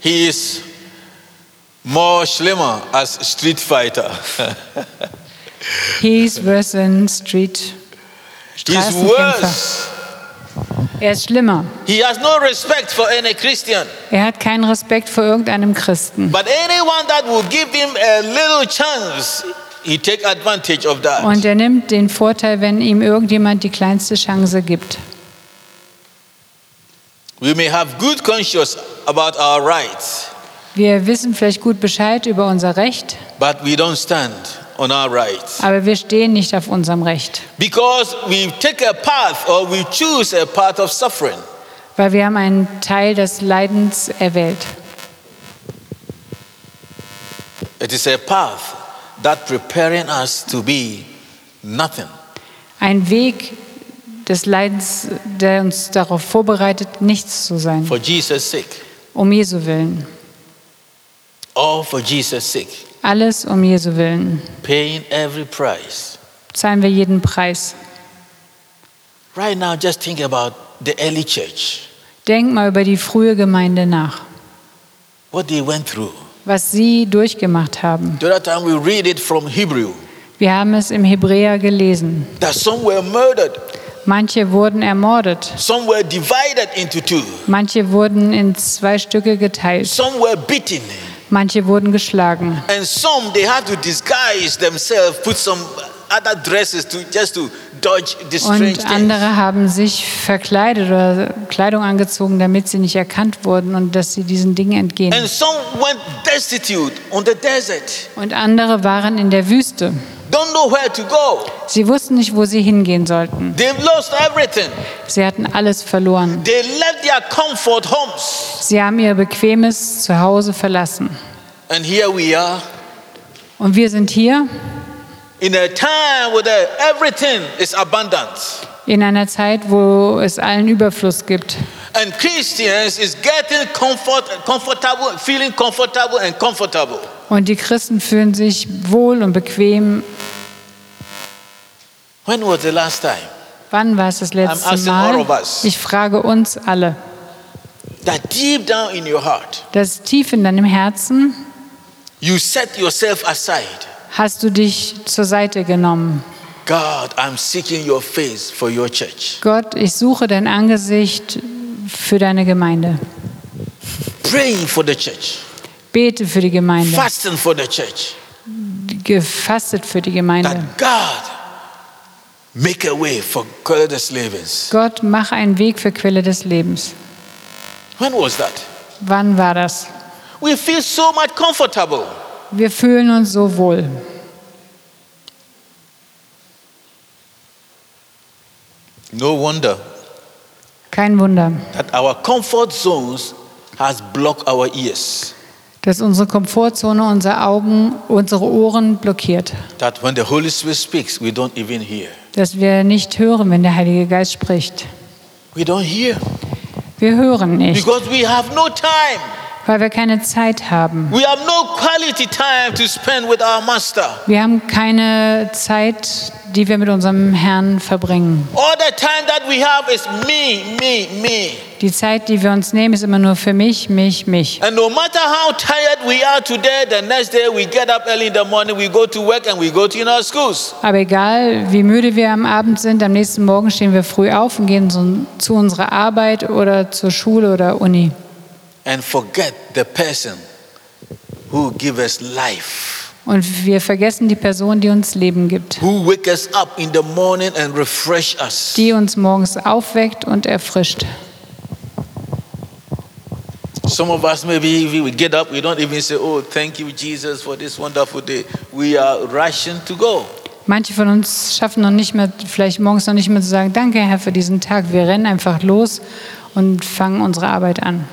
Speaker 1: He is more slimmer as street fighter.
Speaker 2: He's worse than street.
Speaker 1: He's
Speaker 2: Straßenkämpfer.
Speaker 1: worse.
Speaker 2: Er ist schlimmer.
Speaker 1: He has no respect for any Christian.
Speaker 2: Er hat keinen Respekt vor irgendeinem Christen.
Speaker 1: But anyone that will give him a little chance, he take advantage of that.
Speaker 2: Und er nimmt den Vorteil, wenn ihm irgendjemand die kleinste Chance gibt.
Speaker 1: we may have good conscience about our rights,
Speaker 2: Wir wissen vielleicht gut Bescheid über unser Recht,
Speaker 1: but we don't stand on our rights
Speaker 2: aber wir stehen nicht auf unserem Recht,
Speaker 1: because we take a path or we choose a path of suffering.
Speaker 2: weil wir haben einen Teil des Leidens erwählt.
Speaker 1: It is a path that preparing us to be nothing.
Speaker 2: Ein Weg des Leidens, der uns darauf vorbereitet, nichts zu sein,
Speaker 1: For Jesus' sake.
Speaker 2: um Jesu willen.
Speaker 1: All for Jesus' sake.
Speaker 2: Alles um Jesu willen.
Speaker 1: Paying every price.
Speaker 2: Zahlen wir jeden Preis.
Speaker 1: Right now, just think about the early church,
Speaker 2: Denk mal über die frühe Gemeinde nach,
Speaker 1: what they went through.
Speaker 2: was sie durchgemacht haben.
Speaker 1: The other time we read it from Hebrew
Speaker 2: Wir haben es im Hebräer gelesen.
Speaker 1: that some were murdered,
Speaker 2: Manche wurden ermordet,
Speaker 1: some were divided into two,
Speaker 2: manche wurden in zwei Stücke geteilt,
Speaker 1: some were beaten,
Speaker 2: manche wurden geschlagen.
Speaker 1: and some they had to disguise themselves, put some other dresses to just to dodge the strange
Speaker 2: Und
Speaker 1: things.
Speaker 2: andere haben sich verkleidet oder Kleidung angezogen, damit sie nicht erkannt wurden und dass sie diesen Dingen entgehen.
Speaker 1: And some went destitute on the desert,
Speaker 2: Und andere waren in der Wüste.
Speaker 1: don't know where to go.
Speaker 2: Sie wussten nicht, wo sie hingehen sollten.
Speaker 1: They've lost everything.
Speaker 2: Sie hatten alles verloren.
Speaker 1: They left their comfort homes.
Speaker 2: Sie haben ihr bequemes Zuhause verlassen.
Speaker 1: And here we are
Speaker 2: Und wir sind hier
Speaker 1: in a time where the- everything is abundant.
Speaker 2: in einer Zeit, wo es allen Überfluss gibt.
Speaker 1: And Christians is getting comfort, comfortable, feeling comfortable and comfortable.
Speaker 2: Und die Christen fühlen sich wohl und bequem.
Speaker 1: When was the last time
Speaker 2: Wann war es das
Speaker 1: I'm
Speaker 2: letzte
Speaker 1: asking all
Speaker 2: Mal?
Speaker 1: of us.
Speaker 2: Ich frage uns alle.
Speaker 1: that deep down in your heart
Speaker 2: Das tief in deinem Herzen
Speaker 1: you set yourself aside?
Speaker 2: hast du dich zur Seite genommen.
Speaker 1: God, I'm seeking your face for your church.
Speaker 2: Gott, ich suche dein Angesicht für deine Gemeinde.
Speaker 1: Praying for the church,
Speaker 2: Bete für die Gemeinde.
Speaker 1: fasting for the church.
Speaker 2: Gefastet für die Gemeinde.
Speaker 1: That God make a way for the slavers.
Speaker 2: Gott, mach einen Weg für Quelle des Lebens.
Speaker 1: When was that?
Speaker 2: Wann war das?
Speaker 1: We feel so much comfortable.
Speaker 2: Wir fühlen uns so wohl.
Speaker 1: No wonder
Speaker 2: Kein Wunder,
Speaker 1: that our comfort zones has blocked our ears.
Speaker 2: dass unsere Komfortzone unsere Augen, unsere Ohren blockiert.
Speaker 1: That when the Holy Spirit speaks, we don't even hear.
Speaker 2: Dass wir nicht hören, wenn der Heilige Geist spricht.
Speaker 1: We don't hear
Speaker 2: Wir hören nicht,
Speaker 1: because we have no time.
Speaker 2: weil wir keine Zeit haben.
Speaker 1: We have no quality time to spend with our master.
Speaker 2: Wir haben keine Zeit, die wir mit unserem Herrn verbringen.
Speaker 1: All the time that we have is me, me, me.
Speaker 2: Die Zeit, die wir uns nehmen, ist immer nur für mich, mich, mich.
Speaker 1: And no matter how tired we are today, the next day we get up early in the morning, we go to work and we go to in our schools.
Speaker 2: Aber egal, wie müde wir am Abend sind, am nächsten Morgen stehen wir früh auf und gehen so- zu unserer Arbeit oder zur Schule oder Uni.
Speaker 1: And forget the person who give us life,
Speaker 2: Und wir vergessen die Person, die uns Leben gibt,
Speaker 1: who wake us up in the morning and refresh us.
Speaker 2: die uns morgens aufweckt und erfrischt.
Speaker 1: Some of us maybe we would get up, we don't even say, Oh, thank you, Jesus, for this wonderful day. We are rushing to go.
Speaker 2: Manche von uns schaffen noch nicht mehr, vielleicht morgens noch nicht mehr zu sagen, danke Herr für diesen Tag. Wir rennen einfach los und fangen unsere Arbeit an.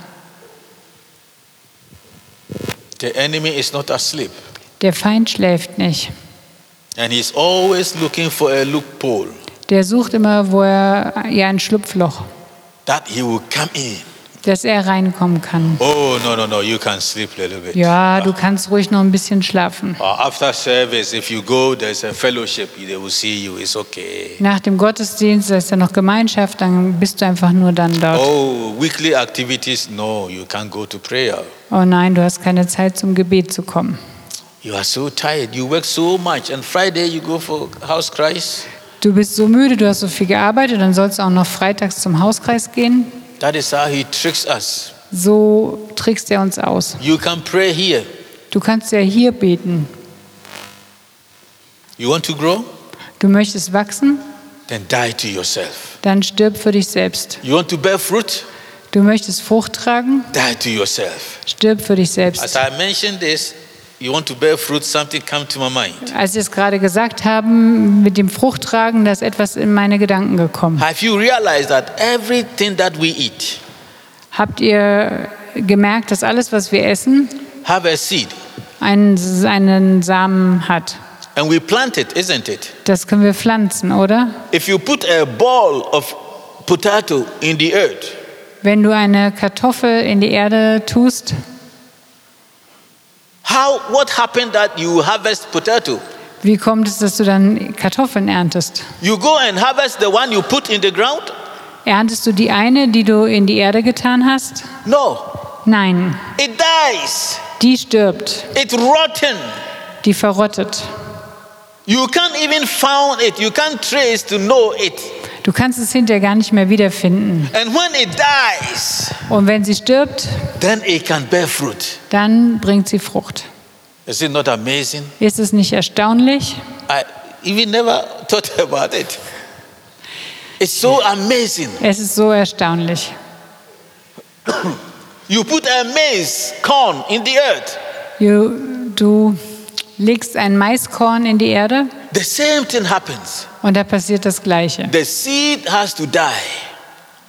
Speaker 1: The enemy is not asleep,
Speaker 2: Der Feind schläft nicht.
Speaker 1: and he's always looking for a loophole
Speaker 2: Der sucht immer, wo er ja ein Schlupfloch,
Speaker 1: that he will come in.
Speaker 2: dass er reinkommen kann.
Speaker 1: Oh, no, no, no, you can sleep a little bit.
Speaker 2: Ja, du kannst ruhig noch ein bisschen schlafen.
Speaker 1: Or after service, if you go, there's a fellowship, they will see you, it's okay.
Speaker 2: Nach dem Gottesdienst, da ist ja noch Gemeinschaft, dann bist du einfach nur dann dort.
Speaker 1: Oh, weekly activities, no, you can't go to prayer.
Speaker 2: Oh nein, du hast keine Zeit zum Gebet zu kommen.
Speaker 1: You are so tired, you work so much, and Friday you go for house Christ.
Speaker 2: Du bist so müde, du hast so viel gearbeitet, dann sollst du auch noch freitags zum Hauskreis gehen.
Speaker 1: That is how he tricks us.
Speaker 2: So trickst er uns aus.
Speaker 1: You can pray here.
Speaker 2: Du kannst ja hier beten.
Speaker 1: You want to grow?
Speaker 2: Du möchtest wachsen?
Speaker 1: Then die to yourself.
Speaker 2: Dann stirb für dich selbst.
Speaker 1: You want to bear fruit?
Speaker 2: Du möchtest Frucht tragen?
Speaker 1: Die to yourself.
Speaker 2: Stirb für dich
Speaker 1: As
Speaker 2: selbst.
Speaker 1: I mentioned this, you want to bear fruit, something come to my mind.
Speaker 2: Als wir es gerade gesagt haben, mit dem Fruchttragen, da ist etwas in meine Gedanken gekommen.
Speaker 1: Have you realized that everything that we eat
Speaker 2: Habt ihr gemerkt, dass alles, was wir essen,
Speaker 1: have a seed?
Speaker 2: einen, einen Samen hat?
Speaker 1: And we plant it, isn't it?
Speaker 2: Das können wir pflanzen, oder?
Speaker 1: If you put a ball of potato in the earth,
Speaker 2: Wenn du eine Kartoffel in die Erde tust,
Speaker 1: how what happened that you harvest potato?
Speaker 2: wie kommt es, dass du dann Kartoffeln erntest?
Speaker 1: You go and harvest the one you put in the ground?
Speaker 2: Erntest du die eine, die du in die Erde getan hast?
Speaker 1: No.
Speaker 2: Nein,
Speaker 1: It dies.
Speaker 2: die stirbt,
Speaker 1: It's rotten.
Speaker 2: die verrottet.
Speaker 1: You can't even found it. You can't trace to know it.
Speaker 2: Du kannst es hinterher gar nicht mehr wiederfinden.
Speaker 1: And when it dies,
Speaker 2: Und wenn sie stirbt,
Speaker 1: then it can bear fruit.
Speaker 2: dann bringt sie Frucht.
Speaker 1: Is it not amazing?
Speaker 2: Ist es nicht erstaunlich?
Speaker 1: I even never thought about it. It's so amazing.
Speaker 2: Es ist so erstaunlich.
Speaker 1: You put a maize corn in the earth.
Speaker 2: Du, du legst ein Maiskorn in die Erde
Speaker 1: The same thing happens.
Speaker 2: und da passiert das Gleiche.
Speaker 1: The seed has to die.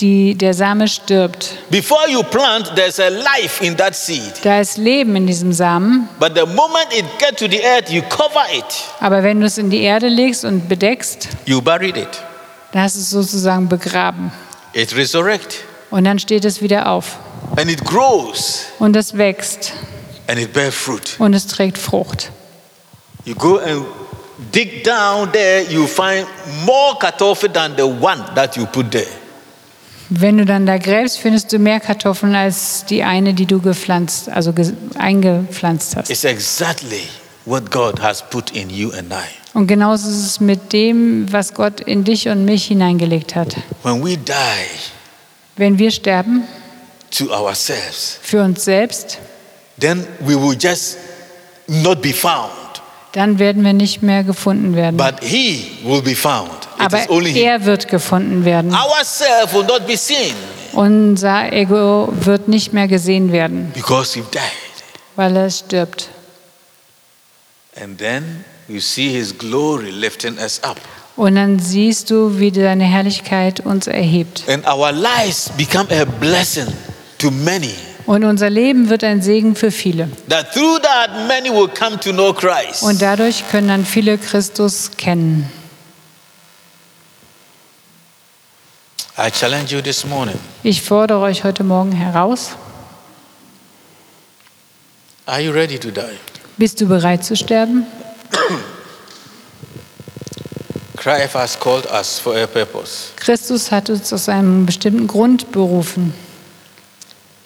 Speaker 2: die der Same stirbt.
Speaker 1: Before you plant, there's a life in that seed.
Speaker 2: Da ist Leben in diesem Samen,
Speaker 1: But the moment it gets to the earth, you cover it.
Speaker 2: aber wenn du es in die Erde legst und bedeckst,
Speaker 1: You buried it.
Speaker 2: dann hast du es sozusagen begraben.
Speaker 1: It resurrects.
Speaker 2: Und dann steht es wieder auf.
Speaker 1: And it grows.
Speaker 2: Und es wächst
Speaker 1: And it bears fruit.
Speaker 2: und es trägt Frucht.
Speaker 1: You go and dig down there, you find more katoffe than the one that you put there.
Speaker 2: Wenn du dann da gräbst, findest du mehr Kartoffeln als die eine, die du gepflanzt, also ge- eingepflanzt hast.
Speaker 1: It's exactly what God has put in you and I.
Speaker 2: Und genauso ist es mit dem, was Gott in dich und mich hineingelegt hat.
Speaker 1: When we die
Speaker 2: Wenn wir sterben
Speaker 1: to ourselves,
Speaker 2: für uns selbst,
Speaker 1: then we will just not be found.
Speaker 2: dann werden wir nicht mehr gefunden werden.
Speaker 1: But He will be found. It
Speaker 2: Aber
Speaker 1: is only Him.
Speaker 2: er wird gefunden werden.
Speaker 1: Ourselves will not be seen
Speaker 2: Unser Ego wird nicht mehr gesehen werden,
Speaker 1: because He died.
Speaker 2: weil er stirbt.
Speaker 1: And then you see His glory lifting us up.
Speaker 2: Und dann siehst du, wie deine Herrlichkeit uns erhebt.
Speaker 1: And our lives become a blessing to many.
Speaker 2: Und unser Leben wird ein Segen für viele.
Speaker 1: That through that, many will come to know Christ.
Speaker 2: Und dadurch können dann viele Christus kennen.
Speaker 1: I challenge you this morning.
Speaker 2: Ich fordere euch heute Morgen heraus.
Speaker 1: Are you ready to die?
Speaker 2: Bist du bereit zu sterben?
Speaker 1: Christ has called us for a purpose.
Speaker 2: Christus hat uns aus einem bestimmten Grund berufen.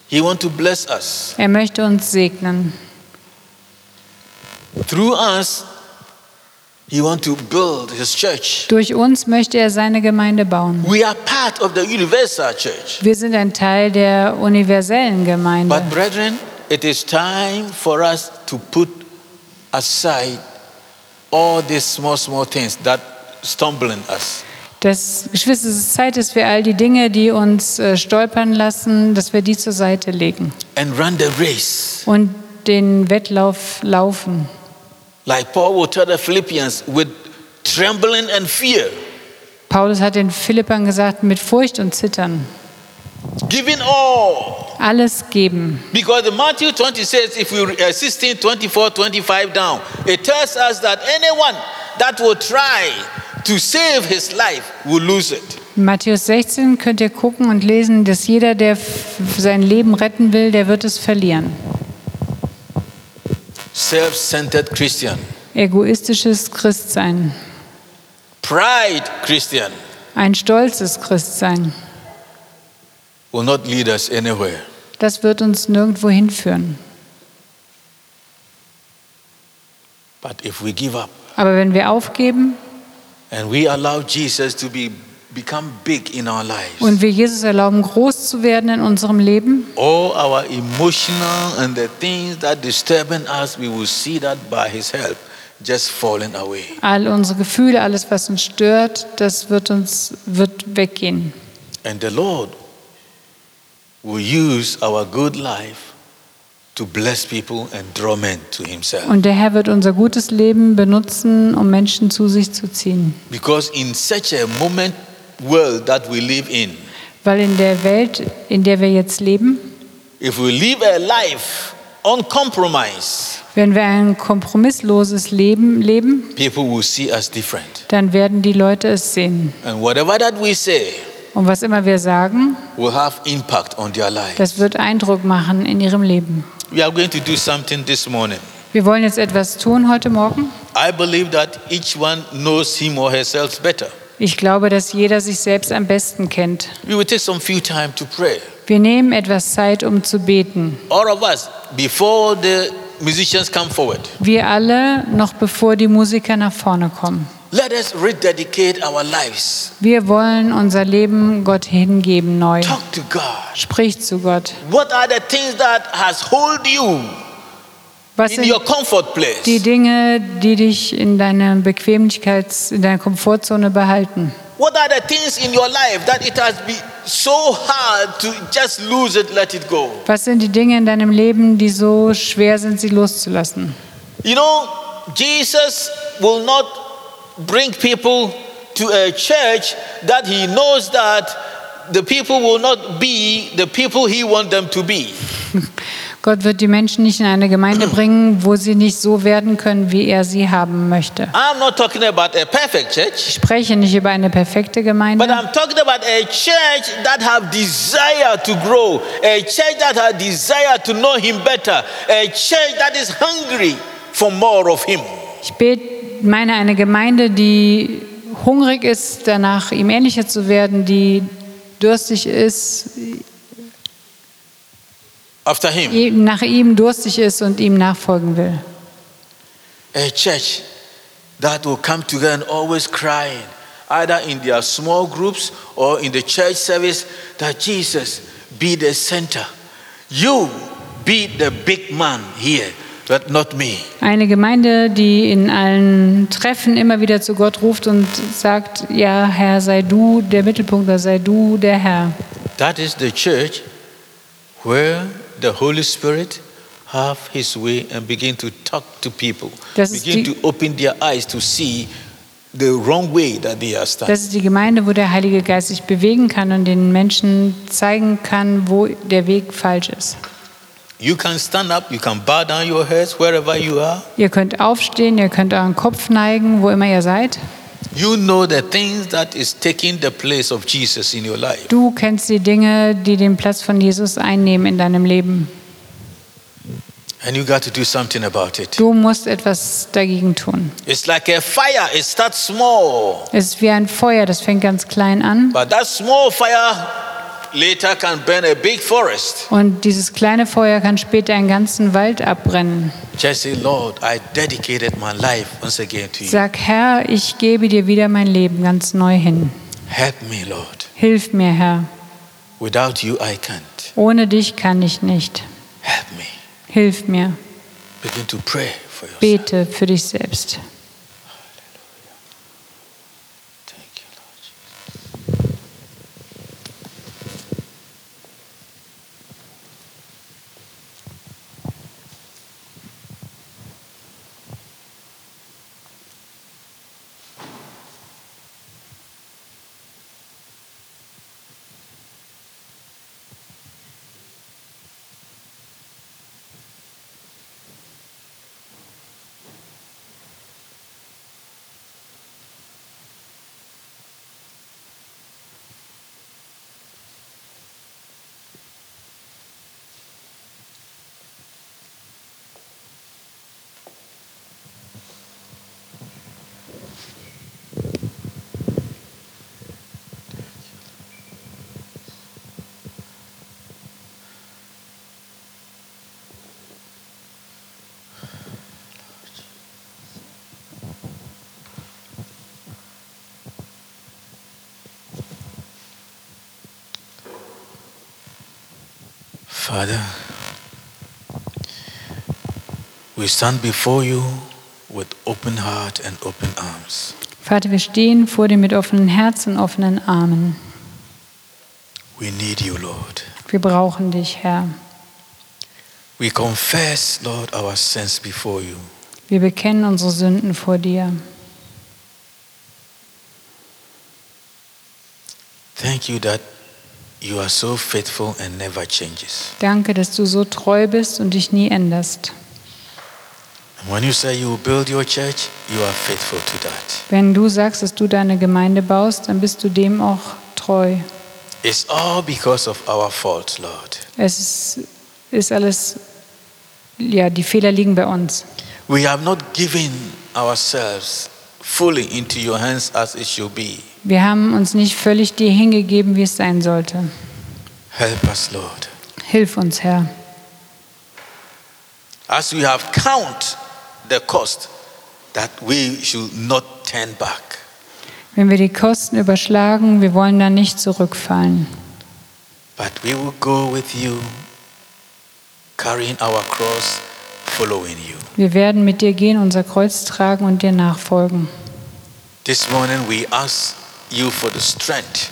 Speaker 1: He wants to bless us.
Speaker 2: Er möchte uns segnen.
Speaker 1: Through us, He wants to build His church.
Speaker 2: Durch uns möchte er seine Gemeinde bauen.
Speaker 1: We are part of the universal church.
Speaker 2: Wir sind ein Teil der universellen Gemeinde.
Speaker 1: But, brethren, it is time for us to put aside all these small, small things that stumbling us.
Speaker 2: Das, Geschwister, es ist Zeit, dass wir all die Dinge, die uns äh, stolpern lassen, dass wir die zur Seite legen
Speaker 1: and run the race.
Speaker 2: und den Wettlauf laufen.
Speaker 1: Like Paul will tell the Philippians with trembling and fear,
Speaker 2: Paulus hat den Philippern gesagt, mit Furcht und Zittern
Speaker 1: giving all.
Speaker 2: alles geben.
Speaker 1: Because in Matthew 20 says, if we uh, 16, 24, 25 down, it tells us that anyone that will try to save his life will lose it.
Speaker 2: In Matthäus 16 könnt ihr gucken und lesen, dass jeder, der f- sein Leben retten will, der wird es verlieren.
Speaker 1: Self centered Christian,
Speaker 2: Egoistisches Christsein,
Speaker 1: pride Christian
Speaker 2: ein stolzes Christsein,
Speaker 1: will not lead us anywhere.
Speaker 2: das wird uns nirgendwo hinführen.
Speaker 1: But if we give up
Speaker 2: Aber wenn wir aufgeben
Speaker 1: and we allow Jesus to be, become big in our lives,
Speaker 2: und wir Jesus erlauben, groß zu werden in unserem Leben,
Speaker 1: all our emotional and the things that disturbing us we will see that by his help just falling away
Speaker 2: all unsere Gefühle, alles, was uns stört, das wird uns wird weggehen.
Speaker 1: and the lord will use our good life to bless people and draw men to himself
Speaker 2: Und der Herr wird unser gutes Leben benutzen, um Menschen zu sich zu ziehen.
Speaker 1: because in such a moment world that we live in
Speaker 2: Weil in der Welt, in der wir jetzt leben,
Speaker 1: if we live a life uncompromised
Speaker 2: wenn wir ein kompromissloses Leben leben,
Speaker 1: people will see us different
Speaker 2: dann werden die Leute es sehen.
Speaker 1: and whatever that we say
Speaker 2: Und was immer wir sagen,
Speaker 1: will have impact on their life
Speaker 2: das wird Eindruck machen in ihrem Leben.
Speaker 1: we are going to do something this morning
Speaker 2: Wir wollen jetzt etwas tun heute Morgen.
Speaker 1: I believe that each one knows him or herself better.
Speaker 2: Ich glaube, dass jeder sich selbst am besten kennt.
Speaker 1: We will take some few time to pray.
Speaker 2: Wir nehmen etwas Zeit, um zu beten.
Speaker 1: All of us, before the musicians come forward,
Speaker 2: Wir alle, noch bevor die Musiker nach vorne kommen.
Speaker 1: let us rededicate our lives.
Speaker 2: Wir wollen unser Leben Gott hingeben neu.
Speaker 1: Talk to God.
Speaker 2: Sprich zu Gott.
Speaker 1: What are the things that has hold you
Speaker 2: Was
Speaker 1: in
Speaker 2: sind
Speaker 1: your comfort place?
Speaker 2: die Dinge, die dich in deiner Bequemlichkeits-, in deiner Komfortzone behalten?
Speaker 1: What are the things in your life that it has been so hard to just lose it, let it go?
Speaker 2: Was sind die Dinge in deinem Leben, die so schwer sind, sie loszulassen?
Speaker 1: You know, Jesus will not bring people to a church that he knows that the people will not be the people he wants them to be.
Speaker 2: Gott wird die Menschen nicht in eine Gemeinde bringen, wo sie nicht so werden können, wie er sie haben möchte.
Speaker 1: I'm not talking about a perfect church,
Speaker 2: Ich spreche nicht über eine perfekte
Speaker 1: but
Speaker 2: Gemeinde,
Speaker 1: I'm talking about a church that have desire to grow, a church that have desire to know him better, a church that is hungry for more of him.
Speaker 2: Ich bete, meine eine Gemeinde, die hungrig ist, danach ihm ähnlicher zu werden, die durstig ist,
Speaker 1: After him,
Speaker 2: ihm- nach ihm durstig ist und ihm nachfolgen will.
Speaker 1: a church that will come together and always crying, either in their small groups or in the church service, that Jesus be the center. You be the big man here, but not me.
Speaker 2: Eine Gemeinde, die in allen Treffen immer wieder zu Gott ruft und sagt, ja, Herr, sei du der Mittelpunkt, oder sei du der Herr.
Speaker 1: That is the church where the Holy Spirit have his way and begin to talk to people.
Speaker 2: Das ist
Speaker 1: begin
Speaker 2: die-
Speaker 1: to open their eyes to see the wrong way that they are standing.
Speaker 2: Das ist die Gemeinde, wo der Heilige Geist sich bewegen kann und den Menschen zeigen kann, wo der Weg falsch ist.
Speaker 1: You can stand up, you can bow down your heads wherever you are.
Speaker 2: Ihr könnt aufstehen, ihr könnt euren Kopf neigen, wo immer ihr seid.
Speaker 1: You know the things that is taking the place of Jesus in your life.
Speaker 2: Du kennst die Dinge, die den Platz von Jesus einnehmen in deinem Leben.
Speaker 1: And you got to do something about it.
Speaker 2: Du musst etwas dagegen tun.
Speaker 1: It's like a fire, it starts small.
Speaker 2: Es ist wie ein Feuer, das fängt ganz klein an.
Speaker 1: But that small fire later can burn a big forest.
Speaker 2: Und dieses kleine Feuer kann später einen ganzen Wald abbrennen.
Speaker 1: Just say, Lord, I dedicated my life once again to you.
Speaker 2: Sag, Herr, ich gebe dir wieder mein Leben ganz neu hin.
Speaker 1: Help me, Lord.
Speaker 2: Hilf mir, Herr.
Speaker 1: Without you, I can't.
Speaker 2: Ohne dich kann ich nicht.
Speaker 1: Help me.
Speaker 2: Hilf mir.
Speaker 1: Begin to pray for yourself.
Speaker 2: Bete für dich selbst.
Speaker 1: Thank you, Lord. Jesus. Father, we stand before you with open heart and open arms.
Speaker 2: Vater, wir stehen vor dir mit offenen Herzen, offenen Armen.
Speaker 1: We need you, Lord.
Speaker 2: Wir brauchen dich, Herr.
Speaker 1: We confess, Lord, our sins before you.
Speaker 2: Wir bekennen unsere Sünden vor dir.
Speaker 1: Thank you that you are so faithful and never changes.
Speaker 2: Danke, dass du so treu bist und dich nie änderst.
Speaker 1: And when you say you will build your church, you are faithful to that.
Speaker 2: Wenn du sagst, dass du deine Gemeinde baust, dann bist du dem auch treu.
Speaker 1: It's all because of our fault, Lord.
Speaker 2: Es ist, ist alles, ja, die Fehler liegen bei uns.
Speaker 1: We have not given ourselves fully into your hands as it should be.
Speaker 2: Wir haben uns nicht völlig dir hingegeben, wie es sein sollte.
Speaker 1: Help us, Lord.
Speaker 2: Hilf uns, Herr.
Speaker 1: as we have count the cost that we should not turn back
Speaker 2: Wenn wir die Kosten überschlagen, wir wollen da nicht zurückfallen.
Speaker 1: but we will go with you carrying our cross following you
Speaker 2: Wir werden mit dir gehen, unser Kreuz tragen und dir nachfolgen.
Speaker 1: this morning we ask you for the strength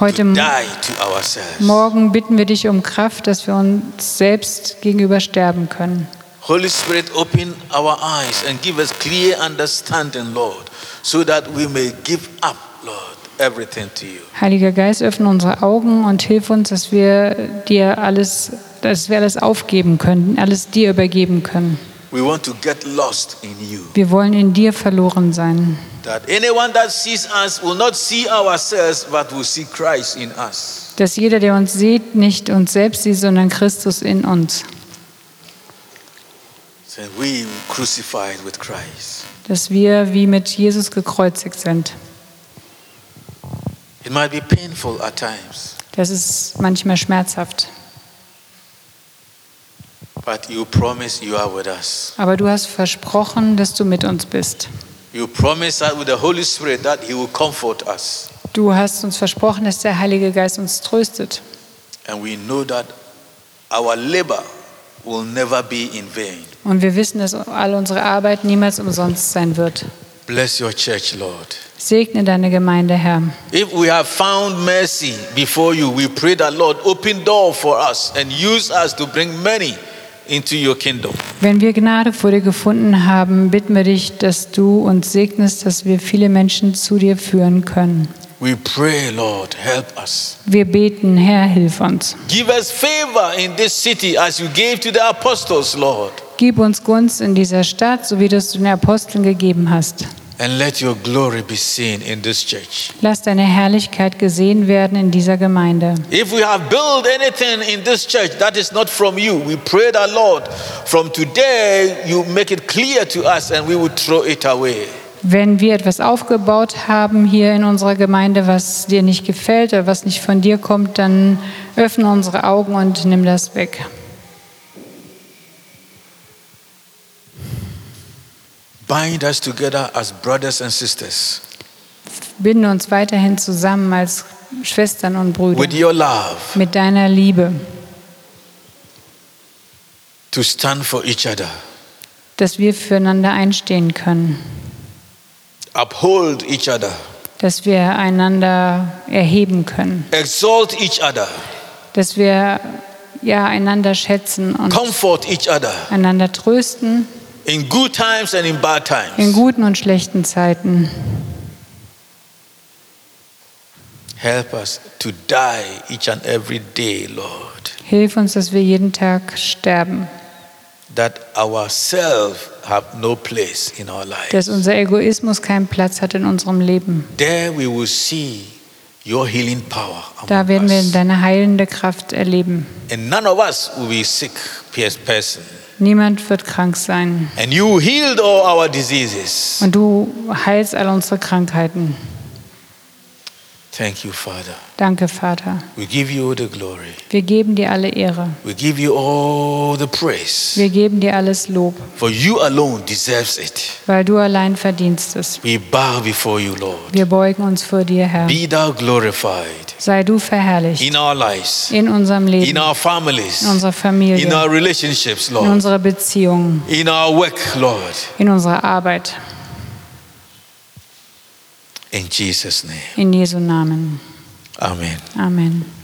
Speaker 2: Heute
Speaker 1: to
Speaker 2: M-
Speaker 1: die to ourselves
Speaker 2: Morgen bitten wir dich um Kraft, dass wir uns selbst gegenüber sterben können.
Speaker 1: holy spirit open our eyes and give us clear understanding lord so that we may give up lord everything to you.
Speaker 2: Heiliger Geist, öffne unsere Augen und hilf uns, dass wir dir alles, dass wir alles aufgeben können, alles dir übergeben können.
Speaker 1: We want to get lost in you.
Speaker 2: Wir wollen in dir verloren sein,
Speaker 1: That anyone that sees us will not see ourselves, but will see Christ in us.
Speaker 2: dass jeder, der uns sieht, nicht uns selbst sieht, sondern Christus in uns,
Speaker 1: So we crucified with Christ.
Speaker 2: dass wir wie mit Jesus gekreuzigt sind.
Speaker 1: It might be painful at times,
Speaker 2: Das ist manchmal schmerzhaft,
Speaker 1: but you promise you are with us.
Speaker 2: aber du hast versprochen, dass du mit uns bist.
Speaker 1: You promise us with the Holy Spirit that He will comfort us.
Speaker 2: Du hast uns versprochen, dass der Heilige Geist uns tröstet.
Speaker 1: And we know that our labor will never be in vain.
Speaker 2: Und wir wissen, dass all unsere Arbeit niemals umsonst sein wird.
Speaker 1: Bless your church, Lord.
Speaker 2: Segne deine Gemeinde, Herr.
Speaker 1: If we have found mercy before you, we pray that, Lord, open door for us and use us to bring many into your kingdom.
Speaker 2: Wenn wir Gnade vor dir gefunden haben, bitten wir dich, dass du uns segnest, dass wir viele Menschen zu dir führen können.
Speaker 1: We pray, Lord, help us.
Speaker 2: Wir beten, Herr, hilf uns.
Speaker 1: Give us favor in this city as you gave to the apostles, Lord.
Speaker 2: Gib uns Gunst in dieser Stadt, so wie du es den Aposteln gegeben hast.
Speaker 1: And let your glory be seen in this church.
Speaker 2: Lass deine Herrlichkeit gesehen werden in dieser Gemeinde.
Speaker 1: If we have built anything in this church that is not from you, we pray that, Lord, from today you make it clear to us and we will throw it away.
Speaker 2: Wenn wir etwas aufgebaut haben hier in unserer Gemeinde, was dir nicht gefällt oder was nicht von dir kommt, dann öffne unsere Augen und nimm das weg.
Speaker 1: Bind us together as brothers and sisters
Speaker 2: Binde uns weiterhin zusammen als Schwestern und Brüder
Speaker 1: with your love
Speaker 2: mit deiner Liebe,
Speaker 1: to stand for each other.
Speaker 2: dass wir füreinander einstehen können,
Speaker 1: uphold each other,
Speaker 2: dass wir einander erheben können,
Speaker 1: exalt each other,
Speaker 2: dass wir ja einander schätzen und
Speaker 1: comfort each other
Speaker 2: einander trösten
Speaker 1: in good times and in bad times.
Speaker 2: in guten und schlechten Zeiten.
Speaker 1: Help us to die each and every day, Lord,
Speaker 2: Hilf uns, dass wir jeden Tag sterben.
Speaker 1: that ourselves have no place in our life.
Speaker 2: dass unser Egoismus keinen Platz hat in unserem Leben.
Speaker 1: There we will see your healing power
Speaker 2: Da
Speaker 1: among
Speaker 2: werden wir
Speaker 1: us.
Speaker 2: deine heilende Kraft erleben.
Speaker 1: and none of us will be sick pers- person.
Speaker 2: Niemand wird krank sein.
Speaker 1: And you healed all our diseases.
Speaker 2: Und du heilst all unsere Krankheiten.
Speaker 1: Thank you, Father.
Speaker 2: Danke, Vater.
Speaker 1: We give you the glory.
Speaker 2: Wir geben dir alle Ehre.
Speaker 1: We give you all the praise.
Speaker 2: Wir geben dir alles Lob,
Speaker 1: For you alone deserves it.
Speaker 2: weil du allein verdienst es.
Speaker 1: We bow before you, Lord.
Speaker 2: Wir beugen uns vor dir, Herr.
Speaker 1: Be thou glorified
Speaker 2: Sei du verherrlicht
Speaker 1: in our lives,
Speaker 2: in unserem
Speaker 1: in
Speaker 2: Leben,
Speaker 1: our families,
Speaker 2: in unserer
Speaker 1: in
Speaker 2: Familie,
Speaker 1: our relationships,
Speaker 2: in
Speaker 1: Lord,
Speaker 2: unserer Beziehung,
Speaker 1: in our work, Lord.
Speaker 2: in unserer Arbeit.
Speaker 1: In Jesus' name.
Speaker 2: In Jesu Namen.
Speaker 1: Amen.
Speaker 2: Amen.